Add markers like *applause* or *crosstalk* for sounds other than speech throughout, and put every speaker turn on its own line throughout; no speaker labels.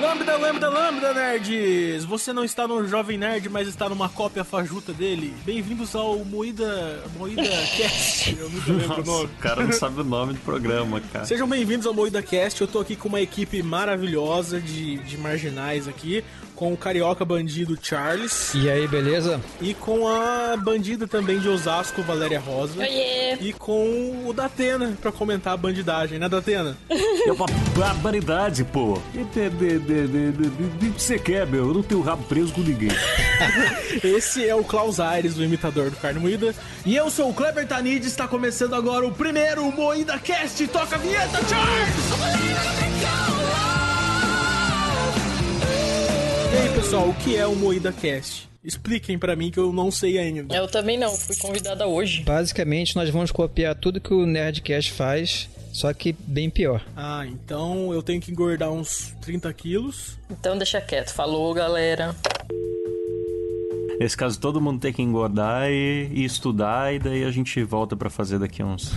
Lambda, lambda, lambda, nerds! Você não está no Jovem Nerd, mas está numa cópia fajuta dele. Bem-vindos ao Moída... Moída Cast. Eu nunca lembro o
Nossa,
nome.
o cara não sabe o nome do programa, cara.
Sejam bem-vindos ao Moída Cast. Eu tô aqui com uma equipe maravilhosa de, de marginais aqui, com o carioca bandido Charles
E aí, beleza?
e com a bandida também de Osasco, Valéria Rosa.
Oiê!
E com o Datena pra comentar a bandidagem, né, Datena?
É uma barbaridade, pô. O que você quer, meu? Eu não tenho rabo preso com ninguém.
Esse é o Klaus Aires, o imitador do Carne Moída. E eu sou o Kleber Tanid, está começando agora o primeiro Moída Cast. Toca a vinheta, Charles! E aí, pessoal, o que é o Moída Cast? Expliquem pra mim que eu não sei ainda.
Eu também não, fui convidada hoje.
Basicamente, nós vamos copiar tudo que o Nerdcast faz, só que bem pior.
Ah, então eu tenho que engordar uns 30 quilos.
Então deixa quieto. Falou, galera.
Nesse caso, todo mundo tem que engordar e, e estudar, e daí a gente volta pra fazer daqui a *laughs* uns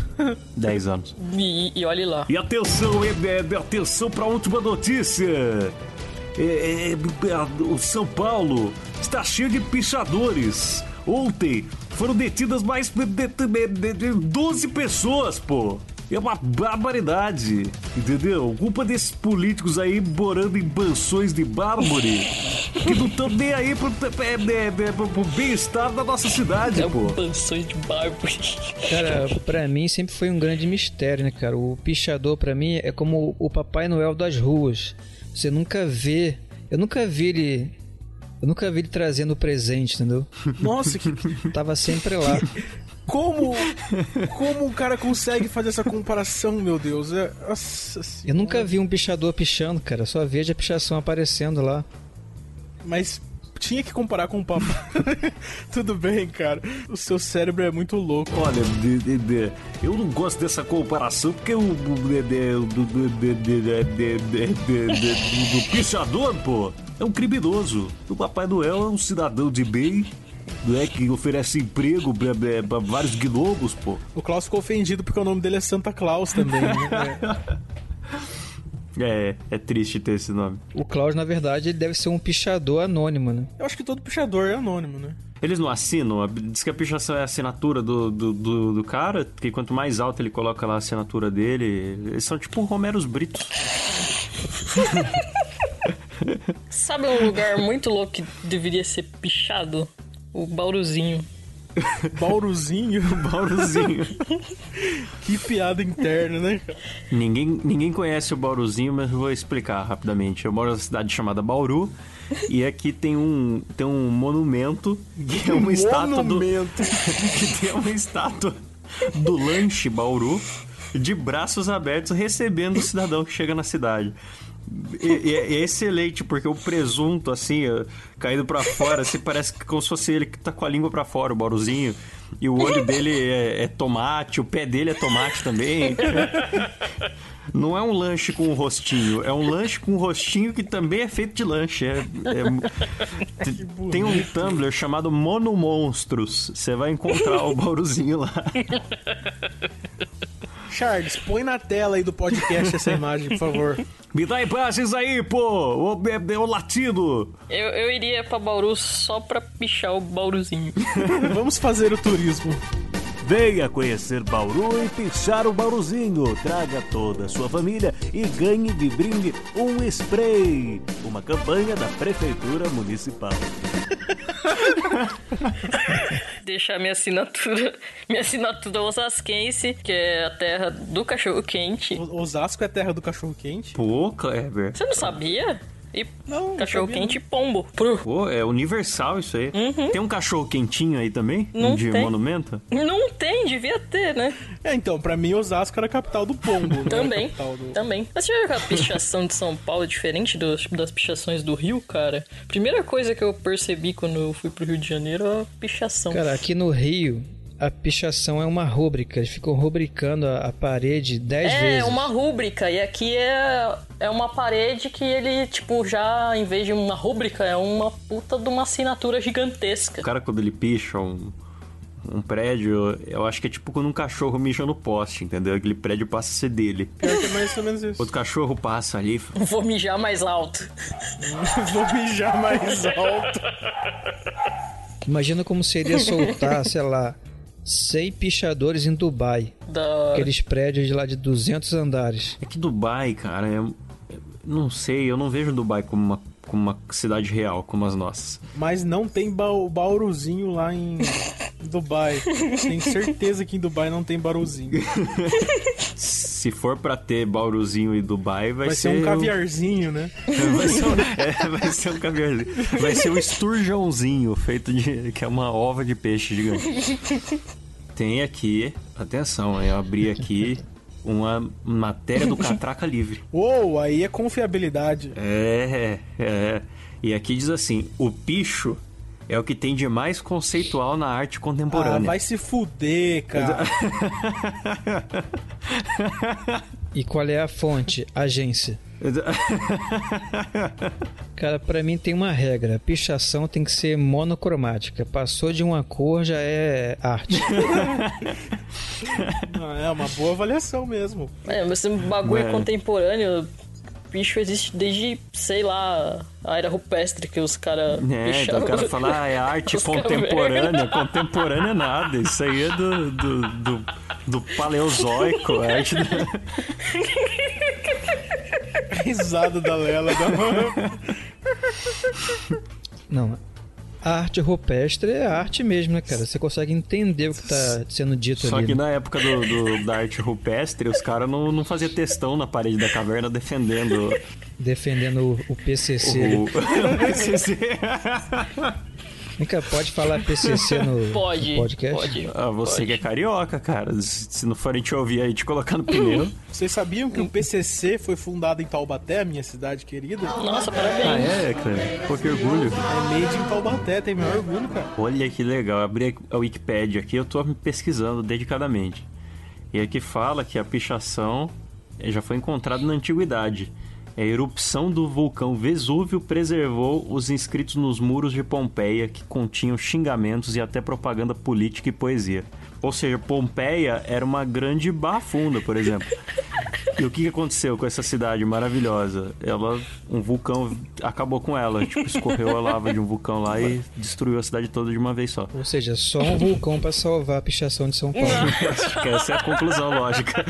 10 anos.
E, e olhe lá.
E atenção, Ebebe, atenção pra última notícia. É, é, é, o São Paulo está cheio de pichadores. Ontem foram detidas mais de- de- de- de 12 pessoas, pô. É uma barbaridade, entendeu? Culpa desses políticos aí morando em mansões de
*laughs*
mármore que não estão nem aí pro, é, é, é, pro- pro bem-estar da nossa cidade,
É
pô.
um panções de bárbaros.
Cara, pra mim sempre foi um grande mistério, né, cara? O pichador, pra mim, é como o Papai Noel das ruas. Você nunca vê. Eu nunca vi ele. Eu nunca vi ele trazendo presente, entendeu?
Nossa, que,
Tava sempre lá.
como como o cara consegue fazer essa comparação, meu Deus? É, nossa
Eu
senhora.
nunca vi um pichador pichando, cara. Só vejo a pichação aparecendo lá.
Mas tinha que comparar com o papai. *laughs* Tudo bem, cara. O seu cérebro é muito louco.
Olha, de- de- de- eu não gosto dessa comparação porque o o- de- de- o do- do- de- de- de- de- de- de- de- do pichador, pô, é um criminoso. O Papai Noel é um cidadão de bem, né, que oferece emprego pra, pra- pra vários gnomos, pô.
O Klaus ficou ofendido porque o nome dele é Santa Claus também. *laughs* né? É.
É, é triste ter esse nome.
O Klaus, na verdade, ele deve ser um pichador anônimo, né?
Eu acho que todo pichador é anônimo, né?
Eles não assinam? Diz que a pichação é a assinatura do, do, do, do cara, que quanto mais alto ele coloca lá a assinatura dele, eles são tipo Romeros *laughs* Britos.
*laughs* Sabe um lugar muito louco que deveria ser pichado? O Bauruzinho.
Bauruzinho, *laughs*
Bauruzinho.
que piada interna, né? cara?
Ninguém, ninguém conhece o Bauruzinho, mas eu vou explicar rapidamente. Eu moro numa cidade chamada Bauru e aqui tem um, tem um monumento que é uma estátua do,
Um Monumento.
*laughs* que tem uma estátua do lanche Bauru de braços abertos recebendo o cidadão que chega na cidade. E, e é excelente, porque o presunto, assim, ó, caído pra fora, assim, parece que como se fosse ele que tá com a língua pra fora, o Bauruzinho. E o olho dele é, é tomate, o pé dele é tomate também. Não é um lanche com um rostinho, é um lanche com um rostinho que também é feito de lanche. É- *laughs* é- te- tem um Tumblr chamado Mono Monstros. Você vai encontrar o Bauruzinho *laughs* lá.
Charles, põe na tela aí do podcast essa imagem, por *laughs* favor.
Me dá imagens aí, pô! O, é- é o latido!
Eu, eu iria pra Bauru só pra pichar o Bauruzinho. *laughs*
Vamos fazer o turismo.
Venha conhecer Bauru e pichar o Bauruzinho. Traga toda a sua família e ganhe de brinde um spray. Uma campanha da Prefeitura Municipal.
Deixar minha assinatura. *laughs* Minha assinatura osasquense, que é a terra do cachorro quente.
O- Osasco é terra do cachorro quente?
Pô, Kleber.
Você não sabia? E
Não, não
cachorro
sabia,
quente e pombo. Pru.
Pô, é universal isso aí. Tem um cachorro quentinho aí também?
Uhum. Não
de
tem.
monumento?
Não tem, devia ter, né?
É, então, pra mim Osasco era a capital do pombo. não era a
Também,
capital do-
também. Mas você já viu que a pichação de São Paulo é diferente dos- das pichações do Rio, cara? Primeira coisa que eu percebi quando eu fui pro Rio de Janeiro é a pichação.
Cara, aqui no Rio, a pichação é uma rúbrica. Eles ficam rubricando a, a parede dez
é
vezes.
uma rúbrica, e aqui é, é uma parede que ele, tipo, já, em vez de uma rúbrica, é uma puta de uma assinatura
O
gigantesca.
cara, quando ele picha um, um prédio, eu acho que é tipo quando um cachorro mija no poste, entendeu? Aquele prédio passa a ser dele.
Pior que é mais ou menos isso.
Outro cachorro passa ali e fala,
Vou mijar mais alto.
Vou mijar *laughs* mais alto.
Imagina como seria
*laughs*
soltar, sei lá, 100 pichadores em Dubai.
Da...
Aqueles prédios de lá de 200 andares.
É que Dubai, cara, é... não sei, eu não vejo Dubai como uma, como uma cidade real, como as nossas.
Mas não tem ba bauruzinho lá em Dubai. Tenho certeza que em Dubai não tem bauruzinho.
Se for pra ter Bauruzinho e Dubai, vai,
Vai ser um
o-
caviarzinho, né?
*laughs* Vai ser um, é, vai ser um caviarzinho. Vai ser um esturjãozinho feito de. que é uma ova de peixe gigante. *laughs* Tem aqui, atenção, eu abri aqui uma matéria do Catraca Livre.
Uou, aí é confiabilidade.
*laughs* É, é. E aqui diz assim: o picho é o que tem de mais conceitual na arte
Ah,
contemporânea.
vai se fuder, cara. *laughs*
E qual é a fonte?
*laughs*
Agência. Cara, pra mim tem uma regra. Pichação tem que ser monocromática. Passou de uma cor, já é
*laughs*
arte.
Ah, é uma boa avaliação mesmo.
É, mas esse bagulho
É.
é contemporâneo. Bicho existe desde, sei lá, a era rupestre que os caras.
*laughs* É, então o cara fala, ah, é arte
Os caras
contemporânea. Contemporânea é nada. Isso aí é do, do, do, do paleozoico. é
*laughs*
arte do-
Risada da Lela. Da...
Não. A arte rupestre é a arte mesmo, né, cara? Você consegue entender o que tá sendo dito
Só
ali.
que
né?
na época do, do- da arte rupestre, os caras não, não faziam textão na parede da caverna defendendo
Defendendo o, o PCC.
o.
Nunca pode falar PCC
*laughs*
no,
*laughs* Pode.
no podcast?
Pode.
*laughs* Ah, você que é carioca, cara. Se se não forem te ouvir aí te colocar no pneu.
Vocês sabiam que o PCC foi fundado em Taubaté, minha cidade querida?
Nossa, parabéns.
Ah, é, cara. Pô, que orgulho.
É made em Taubaté, tem meu orgulho, cara.
Olha que legal, eu abri a Wikipédia aqui, eu tô me pesquisando dedicadamente. E aqui fala que a pichação eh, já foi encontrada na antiguidade. É A erupção do vulcão Vesúvio preservou os inscritos nos muros de Pompeia, que continham xingamentos e até propaganda política e poesia. Ou seja, Pompeia era uma grande barfunda, por exemplo. E o que que aconteceu com essa cidade maravilhosa? Ela, um vulcão acabou com ela, tipo, escorreu a lava de um vulcão lá e destruiu a cidade toda de uma vez só. *laughs*
Ou seja, só um vulcão pra salvar a pichação de São Paulo.
Acho que essa é a conclusão lógica.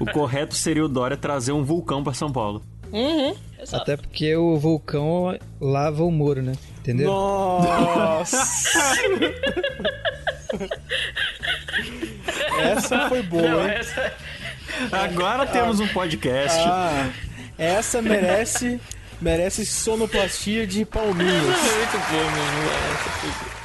O correto seria o Dória trazer um vulcão pra São Paulo.
Uhum. Exato.
Até porque o vulcão lava o muro, né? Entendeu?
Nossa! Essa foi boa, hein?
Essa-
Agora temos um podcast.
Ah, essa merece, merece sonoplastia de palminhas.
Muito bom mesmo, velho. Essa foi-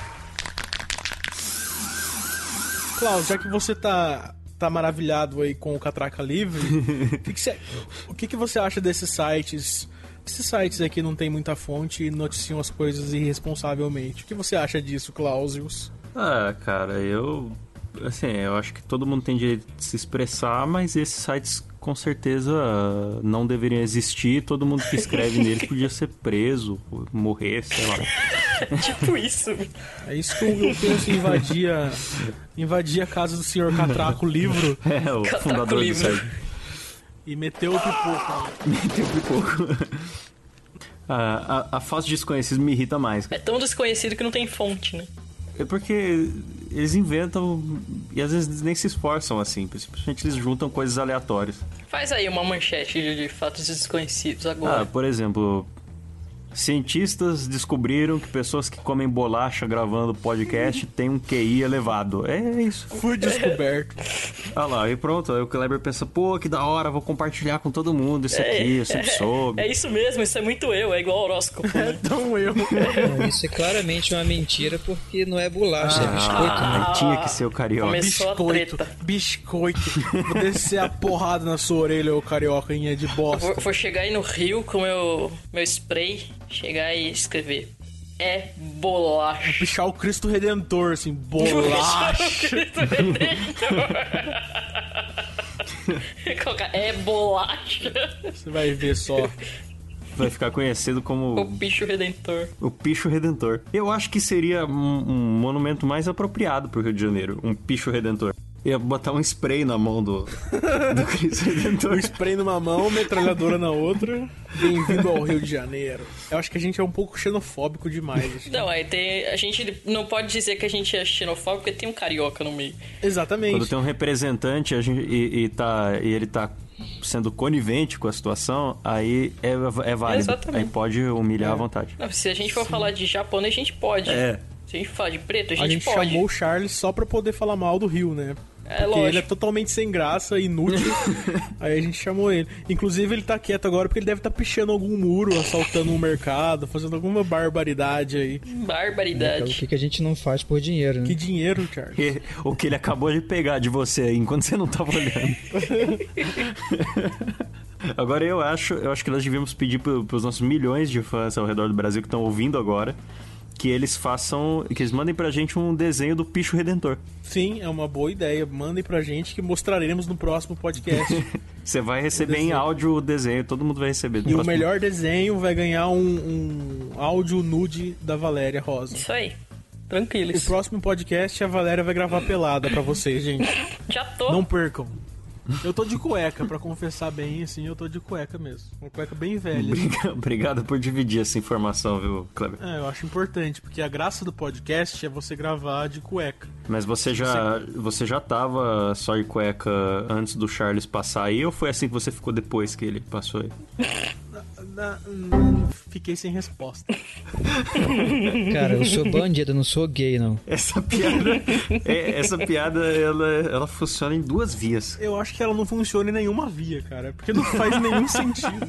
Klaus, já que você tá, tá maravilhado aí com o Catraca Livre,
*laughs*
o que que você- o que, que você acha desses sites? Esses sites aqui não tem muita fonte e noticiam as coisas irresponsavelmente. O que você acha disso, Clausius?
Ah, cara, eu. Assim, eu acho que todo mundo tem direito de se expressar, mas esses sites com certeza não deveriam existir. Todo mundo que escreve *laughs* neles podia ser preso, morrer, sei lá.
Tipo isso.
É isso que eu eu penso em invadir a, invadir a casa do senhor Catraco Livro
É, o
Catraca
fundador do
livre.
*laughs* site.
e meter o pipoca.
Tem um pouco. Ah, A, a, a face desconhecida me irrita mais,
É tão desconhecido que não tem fonte, né?
É porque eles inventam e às vezes nem se esforçam assim. Simplesmente eles juntam coisas aleatórias.
Faz aí uma manchete de, de fatos desconhecidos
Ah,
agora.
por exemplo, cientistas descobriram que pessoas que comem bolacha gravando podcast
Uhum.
têm um QI elevado. É isso.
Fui *laughs* descoberto.
Ah lá, e pronto. Aí o Kleber pensa, pô, que da hora, vou compartilhar com todo mundo isso
É,
aqui, eu sempre soube.
É isso mesmo, isso é muito eu, é igual horóscopo.
*laughs*
Né?
Então
*laughs*
eu.
Não, isso é claramente uma mentira porque não é bolacha, é biscoito, né?
Ah, tinha que ser o carioca.
Começou. É Só a
Biscoito,
treta.
biscoito. Vou descer a porrada na sua orelha, ô carioquinha de bosta.
Vou, vou chegar aí no Rio com meu, meu spray, chegar e escrever. É bolacha.
Pichar o Cristo Redentor, assim, bolacha.
*laughs* Colocar é bolacha.
Você vai ver só.
vai ficar conhecido como
O bicho redentor.
o Picho Redentor. Eu acho que seria um, um monumento mais apropriado pro Rio de Janeiro, um Picho Redentor. Ia botar um spray na mão do, do Cristo Redentor.
Um spray numa mão, metralhadora na outra. Bem-vindo ao Rio de Janeiro. Eu acho que a gente é um pouco xenofóbico demais. assim. acho.
Não, aí tem. A gente não pode dizer que a gente é xenofóbico porque tem um carioca no meio.
Exatamente.
Quando tem um representante a gente- e, e tá, e ele tá sendo conivente com a situação, aí é, é válido.
Exatamente.
Aí pode humilhar à vontade.
Não, se a gente for falar de japonês, a gente pode.
É.
Se a gente falar de preto, a gente,
A gente
pode.
chamou o Charles só pra poder falar mal do Rio, né?
É,
porque
lógico.
ele é totalmente sem graça, inútil. Aí a gente chamou ele. Inclusive, ele tá quieto agora porque ele deve estar tá pichando algum muro, assaltando um mercado, fazendo alguma barbaridade aí.
Cara, o
Barbaridade.
que, que a gente não faz por dinheiro, né?
Que dinheiro, Charles.
E- o que ele acabou de pegar de você aí, enquanto você não tava
*laughs*
olhando. agora eu acho, eu acho que nós devíamos pedir pro, pros nossos milhões de fãs ao redor do Brasil que estão ouvindo agora que eles façam, que eles mandem pra gente um desenho do Picho Redentor.
Sim, é uma boa ideia. Mandem pra gente que mostraremos no próximo podcast.
Você vai receber em áudio o desenho, todo mundo vai receber. do
E o
próximo-
melhor desenho vai ganhar um, um áudio nude da Valéria Rosa.
Isso aí.
O
Tranquilos.
próximo podcast a Valéria vai gravar pelada pra vocês, gente.
Já tô.
Não percam. Eu tô de cueca, pra confessar bem, assim, eu tô de cueca mesmo. Uma cueca bem velha. assim.
*laughs* Obriga- Obrigado por dividir essa informação, viu, Kleber?
É, eu acho importante, porque a graça do podcast é você gravar de cueca.
Mas você já, você já tava só de cueca antes do Charles passar aí ou foi assim que você ficou depois que ele passou aí?
Na- hum, fiquei sem resposta.
Cara, eu sou bandido, eu não sou gay, não.
Essa piada, é, essa piada ela, ela funciona em duas vias.
Eu acho que ela não funciona em nenhuma via, cara, porque não faz *laughs* nenhum sentido.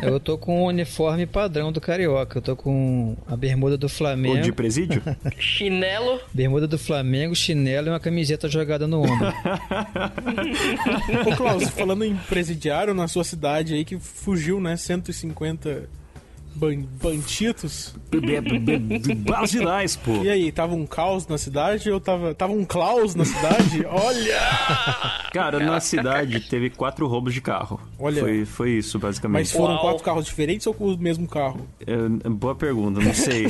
Eu tô com o uniforme padrão do carioca. Eu tô com a bermuda do
Ou de
Flamengo.
presídio?
Chinelo.
Bermuda do Flamengo, chinelo e uma camiseta jogada no ombro.
Ô, Klaus, falando em presidiário na sua cidade aí que fugiu, né, 150 ban bandidos.
Basinais, pô.
E aí, tava um caos na cidade ou tava, tava um Klaus na *laughs* cidade? Olha!
Cara, na cidade teve quatro roubos de carro.
Olha.
Foi, foi isso,
Mas
basicamente.
foram
Uau.
quatro carros diferentes ou com o mesmo carro?
É, boa pergunta, não sei.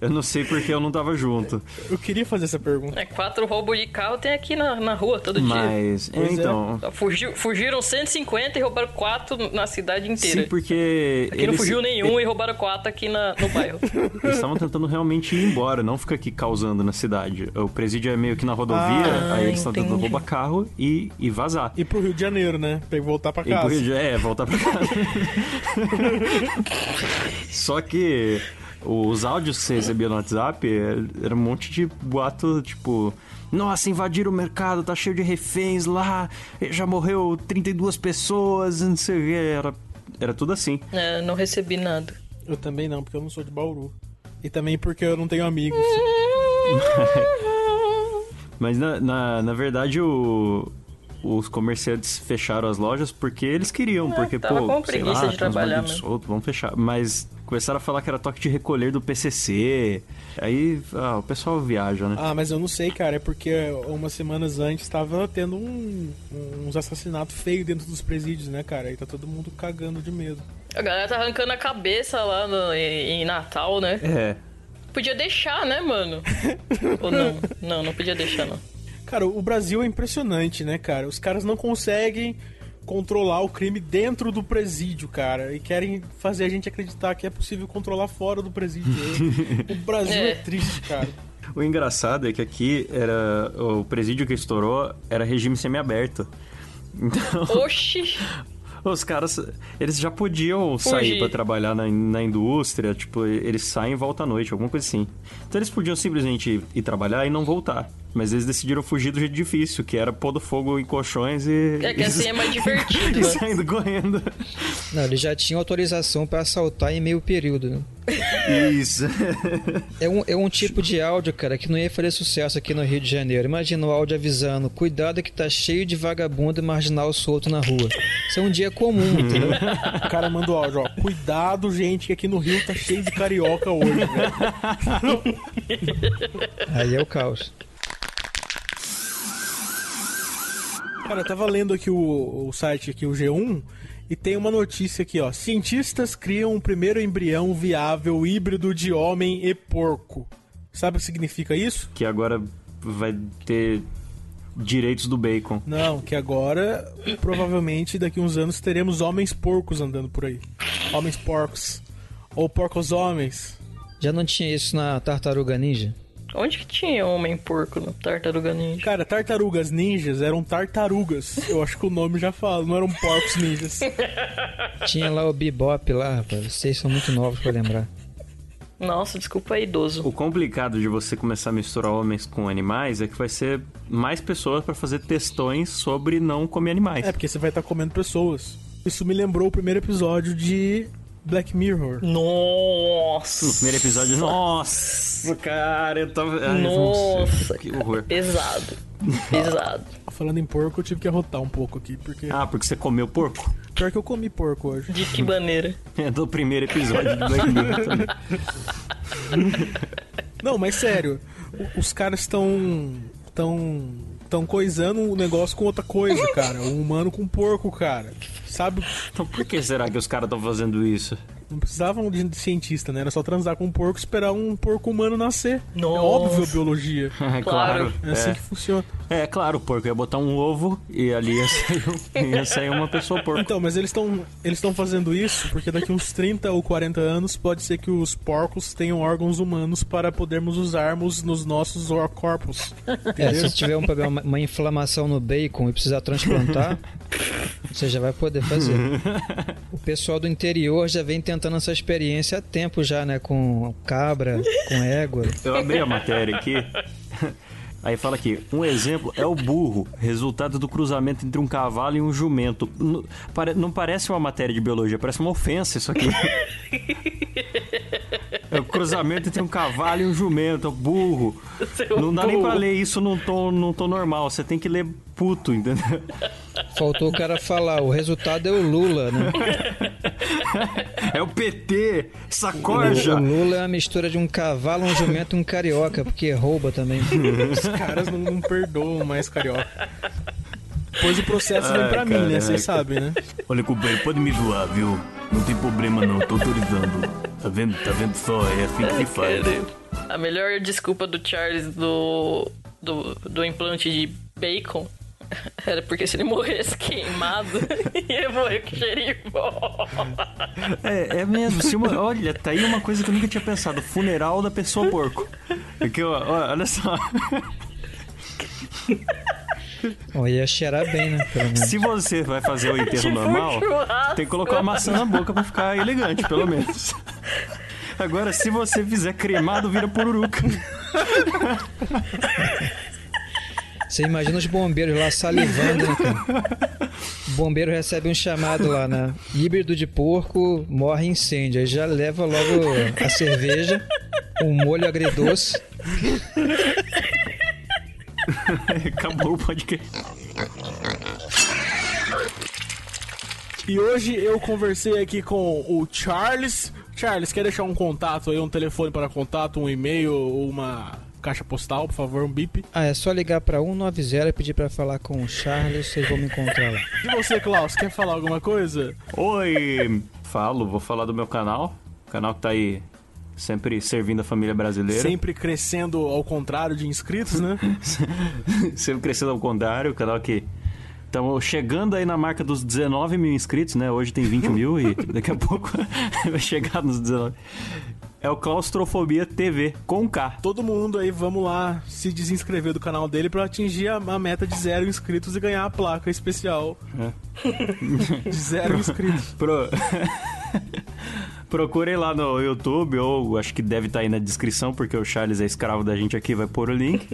eu não sei porque eu não tava junto.
Eu queria fazer essa pergunta.
É, quatro roubos de carro tem aqui na, na rua todo dia.
Mas, é,
Pois é.
então.
Fugiu, fugiram 150 e roubaram quatro na cidade inteira.
Sim, porque.
Aqui não
eles-
fugiu nenhum e roubaram quatro aqui na, no bairro.
Eles estavam tentando realmente ir embora, não ficar aqui causando na cidade. O presídio é meio que na rodovia,
Ah,
aí eles estão tentando
entendi.
roubar carro e, e vazar.
E pro Rio de Janeiro, né? Tem que voltar pra
E pro
casa.
Rio de- é, voltar pra casa. *laughs* Só que os áudios que você recebia no WhatsApp é, era um monte de boato, tipo. Nossa, invadiram o mercado, tá cheio de reféns lá, já morreu 32 pessoas, não sei o que. Era, era tudo assim.
É, não recebi nada.
Eu também não, porque eu não sou de Bauru. E também porque eu não tenho amigos. *laughs*
Mas na, na, na verdade o- os comerciantes fecharam as lojas porque eles queriam, porque
É, tava
pô,
com
sei
preguiça
lá,
de
tem uns
trabalhar né?
bandidos
mesmo.
soltos, vamos fechar. Mas começaram a falar que era toque de recolher do PCC. Aí ah, o pessoal viaja, né?
Ah, mas eu não sei, cara. É porque umas semanas antes tava tendo um- uns assassinatos feios dentro dos presídios, né, cara? E tá todo mundo cagando de medo.
A galera tá arrancando a cabeça lá no- em, em Natal, né?
É.
Podia deixar, né, mano? Ou não? Não, não podia deixar, não.
Cara, o Brasil é impressionante, né, cara? Os caras não conseguem controlar o crime dentro do presídio, cara. E querem fazer a gente acreditar que é possível controlar fora do presídio. o Brasil é.
É.
triste, cara.
O engraçado é que aqui era o presídio que estourou era regime semiaberto. Então,
Oxi!
os caras, eles já podiam sair
Fugir.
pra trabalhar na, na indústria, tipo, eles saem e voltam à noite, alguma coisa assim. Então eles podiam simplesmente ir, ir trabalhar e não voltar. Mas eles decidiram fugir do jeito difícil, que era pôr do fogo em colchões e.
É que assim é mais
*laughs*
divertido,
E
né?
saindo correndo.
Não, ele já tinha autorização pra assaltar em meio período. né?
Isso.
É um, é um tipo de áudio, cara, que não ia fazer sucesso aqui no Rio de Janeiro. Imagina o áudio avisando: cuidado que tá cheio de vagabundo e marginal solto na rua. Isso é um dia comum, entendeu?
O cara manda o áudio, ó. Cuidado, gente, que aqui no Rio tá cheio de carioca hoje, velho.
Aí é o caos.
Cara, eu tava lendo aqui o, o site aqui, o G1, e tem uma notícia aqui, ó. Cientistas criam o primeiro embrião viável híbrido de homem e porco. Sabe o que significa isso?
*laughs* Que agora vai ter direitos do bacon.
Não, que agora, provavelmente, daqui uns anos, teremos homens porcos andando por aí. Homens porcos. Ou porcos homens.
Já não tinha isso na Tartaruga Ninja?
Onde que tinha homem porco no Tartaruga Ninja?
Cara, tartarugas ninjas eram tartarugas. Eu acho que o nome já fala, não eram porcos ninjas. É,
Tinha lá o Bebop lá, rapaz. Vocês são muito novos pra lembrar.
Nossa, desculpa aí, idoso.
O complicado de você começar a misturar homens com animais é que vai ser mais pessoas pra fazer testões sobre não comer animais.
É, porque você vai estar comendo pessoas. Isso me lembrou o primeiro episódio de Black Mirror.
Nossa!
No primeiro episódio, nossa, cara, eu tava. Ai, não
Nossa,
sei, que horror.
Pesado. Pesado.
Falando em porco, eu tive que arrotar um pouco aqui, porque.
Ah, porque você comeu porco?
Pior que eu comi porco hoje.
De que maneira?
É do primeiro episódio do Black Mirror também.
Não, mas sério, o- os caras estão. tão. tão coisando um negócio com outra coisa, cara. Um humano com um porco, cara. Sabe?
Então por que será que os caras estão fazendo isso? *laughs*
Não precisavam de cientista, né? Era só transar com um porco e esperar um porco humano nascer. É
Nossa.
óbvio a biologia.
É
Claro.
É assim que funciona.
É, claro, o porco ia botar um ovo e ali ia sair, um- ia sair uma pessoa porco.
Então, mas eles estão eles tão fazendo isso porque daqui uns 30 ou 40 anos pode ser que os porcos tenham órgãos humanos para podermos usarmos nos nossos or- corpos.
É,
Entendeu?
se tiver um problema, uma inflamação no bacon e precisar transplantar, você já vai poder fazer. O pessoal do interior já vem tentando essa experiência há tempo já, né? Com cabra, com égua.
Eu abri a matéria aqui. *laughs* Aí fala aqui, um exemplo é o burro, resultado do cruzamento entre um cavalo e um jumento. N- pare- Não parece uma matéria de biologia, parece uma ofensa isso aqui. É o cruzamento entre um cavalo e um jumento, é o burro.
Seu
Não dá nem
burro.
pra ler isso num tom, num tom normal, você tem que ler puto, entendeu?
Faltou o cara falar, o resultado é o Lula, né?
É o PT,
O
sacoja.
Lula é uma mistura de um cavalo, um jumento e um carioca, porque rouba também.
Os caras não, não perdoam mais carioca. Pois o processo vem
Ai,
pra mim, né?
caraca.
Vocês sabem, né?
Olha, companheiro, pode me zoar, viu? Não tem problema não, tô autorizando. Tá vendo? Tá vendo só? É assim que se faz.
A melhor desculpa do Charles do, do, do implante de bacon *laughs* era porque se ele morresse queimado, *laughs* ia morrer com cheirinho bom.
É, é mesmo. se uma- olha, tá aí uma coisa que eu nunca tinha pensado: funeral da pessoa porco. Aqui, ó, ó, olha só.
Ó, ia cheirar bem, né? Pelo menos.
Se você vai fazer o enterro
Tipo um *laughs*
normal,
churrasco.
tem que colocar uma maçã na boca pra ficar elegante, pelo menos. Agora, se você fizer cremado, vira pururuca.
Você imagina os bombeiros lá salivando, né, cara? O bombeiro recebe um chamado lá, né? Híbrido de porco, morre incêndio. Aí já leva logo a cerveja, um molho agridoce.
Acabou o podcast.
E hoje eu conversei aqui com o Charles. Charles, quer deixar um contato aí, um telefone para contato, um e-mail, uma caixa postal, por favor, um bip?
Ah, é só ligar pra 190 e pedir pra falar com o Charles, vocês vão me encontrar lá.
E você, Klaus, quer falar alguma coisa?
Oi! Falo, vou falar do meu canal. Canal que tá aí sempre servindo a família brasileira.
Sempre crescendo ao contrário de inscritos, né?
*laughs* Sempre crescendo ao contrário, o canal que. Estamos chegando aí na marca dos 19 mil inscritos, né? Hoje tem 20 mil e daqui a pouco *laughs* vai chegar nos 19. É o Claustrofobia TV, com K.
Todo mundo aí, vamos lá se desinscrever do canal dele para atingir a, a meta de zero inscritos e ganhar a placa especial
É.
*laughs* de zero inscritos.
Pro... *laughs* Procurem lá no YouTube, ou acho que deve estar aí na descrição, porque o Charles é escravo da gente aqui, vai pôr o link.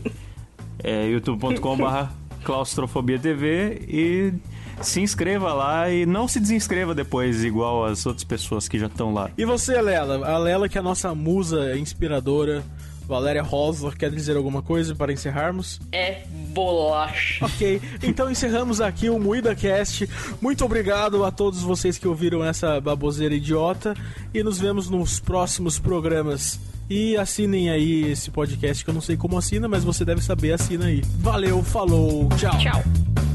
É youtube.com.br claustrofobia TV e se inscreva lá e não se desinscreva depois, igual as outras pessoas que já estão lá.
E você, Lela? A Lela, que é a nossa musa inspiradora, Valéria Rosa, quer dizer alguma coisa para encerrarmos?
É bolacha.
Ok, então encerramos aqui o MuidaCast. Muito obrigado a todos vocês que ouviram essa baboseira idiota e nos vemos nos próximos programas. E assinem aí esse podcast que eu não sei como assina, mas você deve saber, assina aí. Valeu, falou, tchau.
Tchau.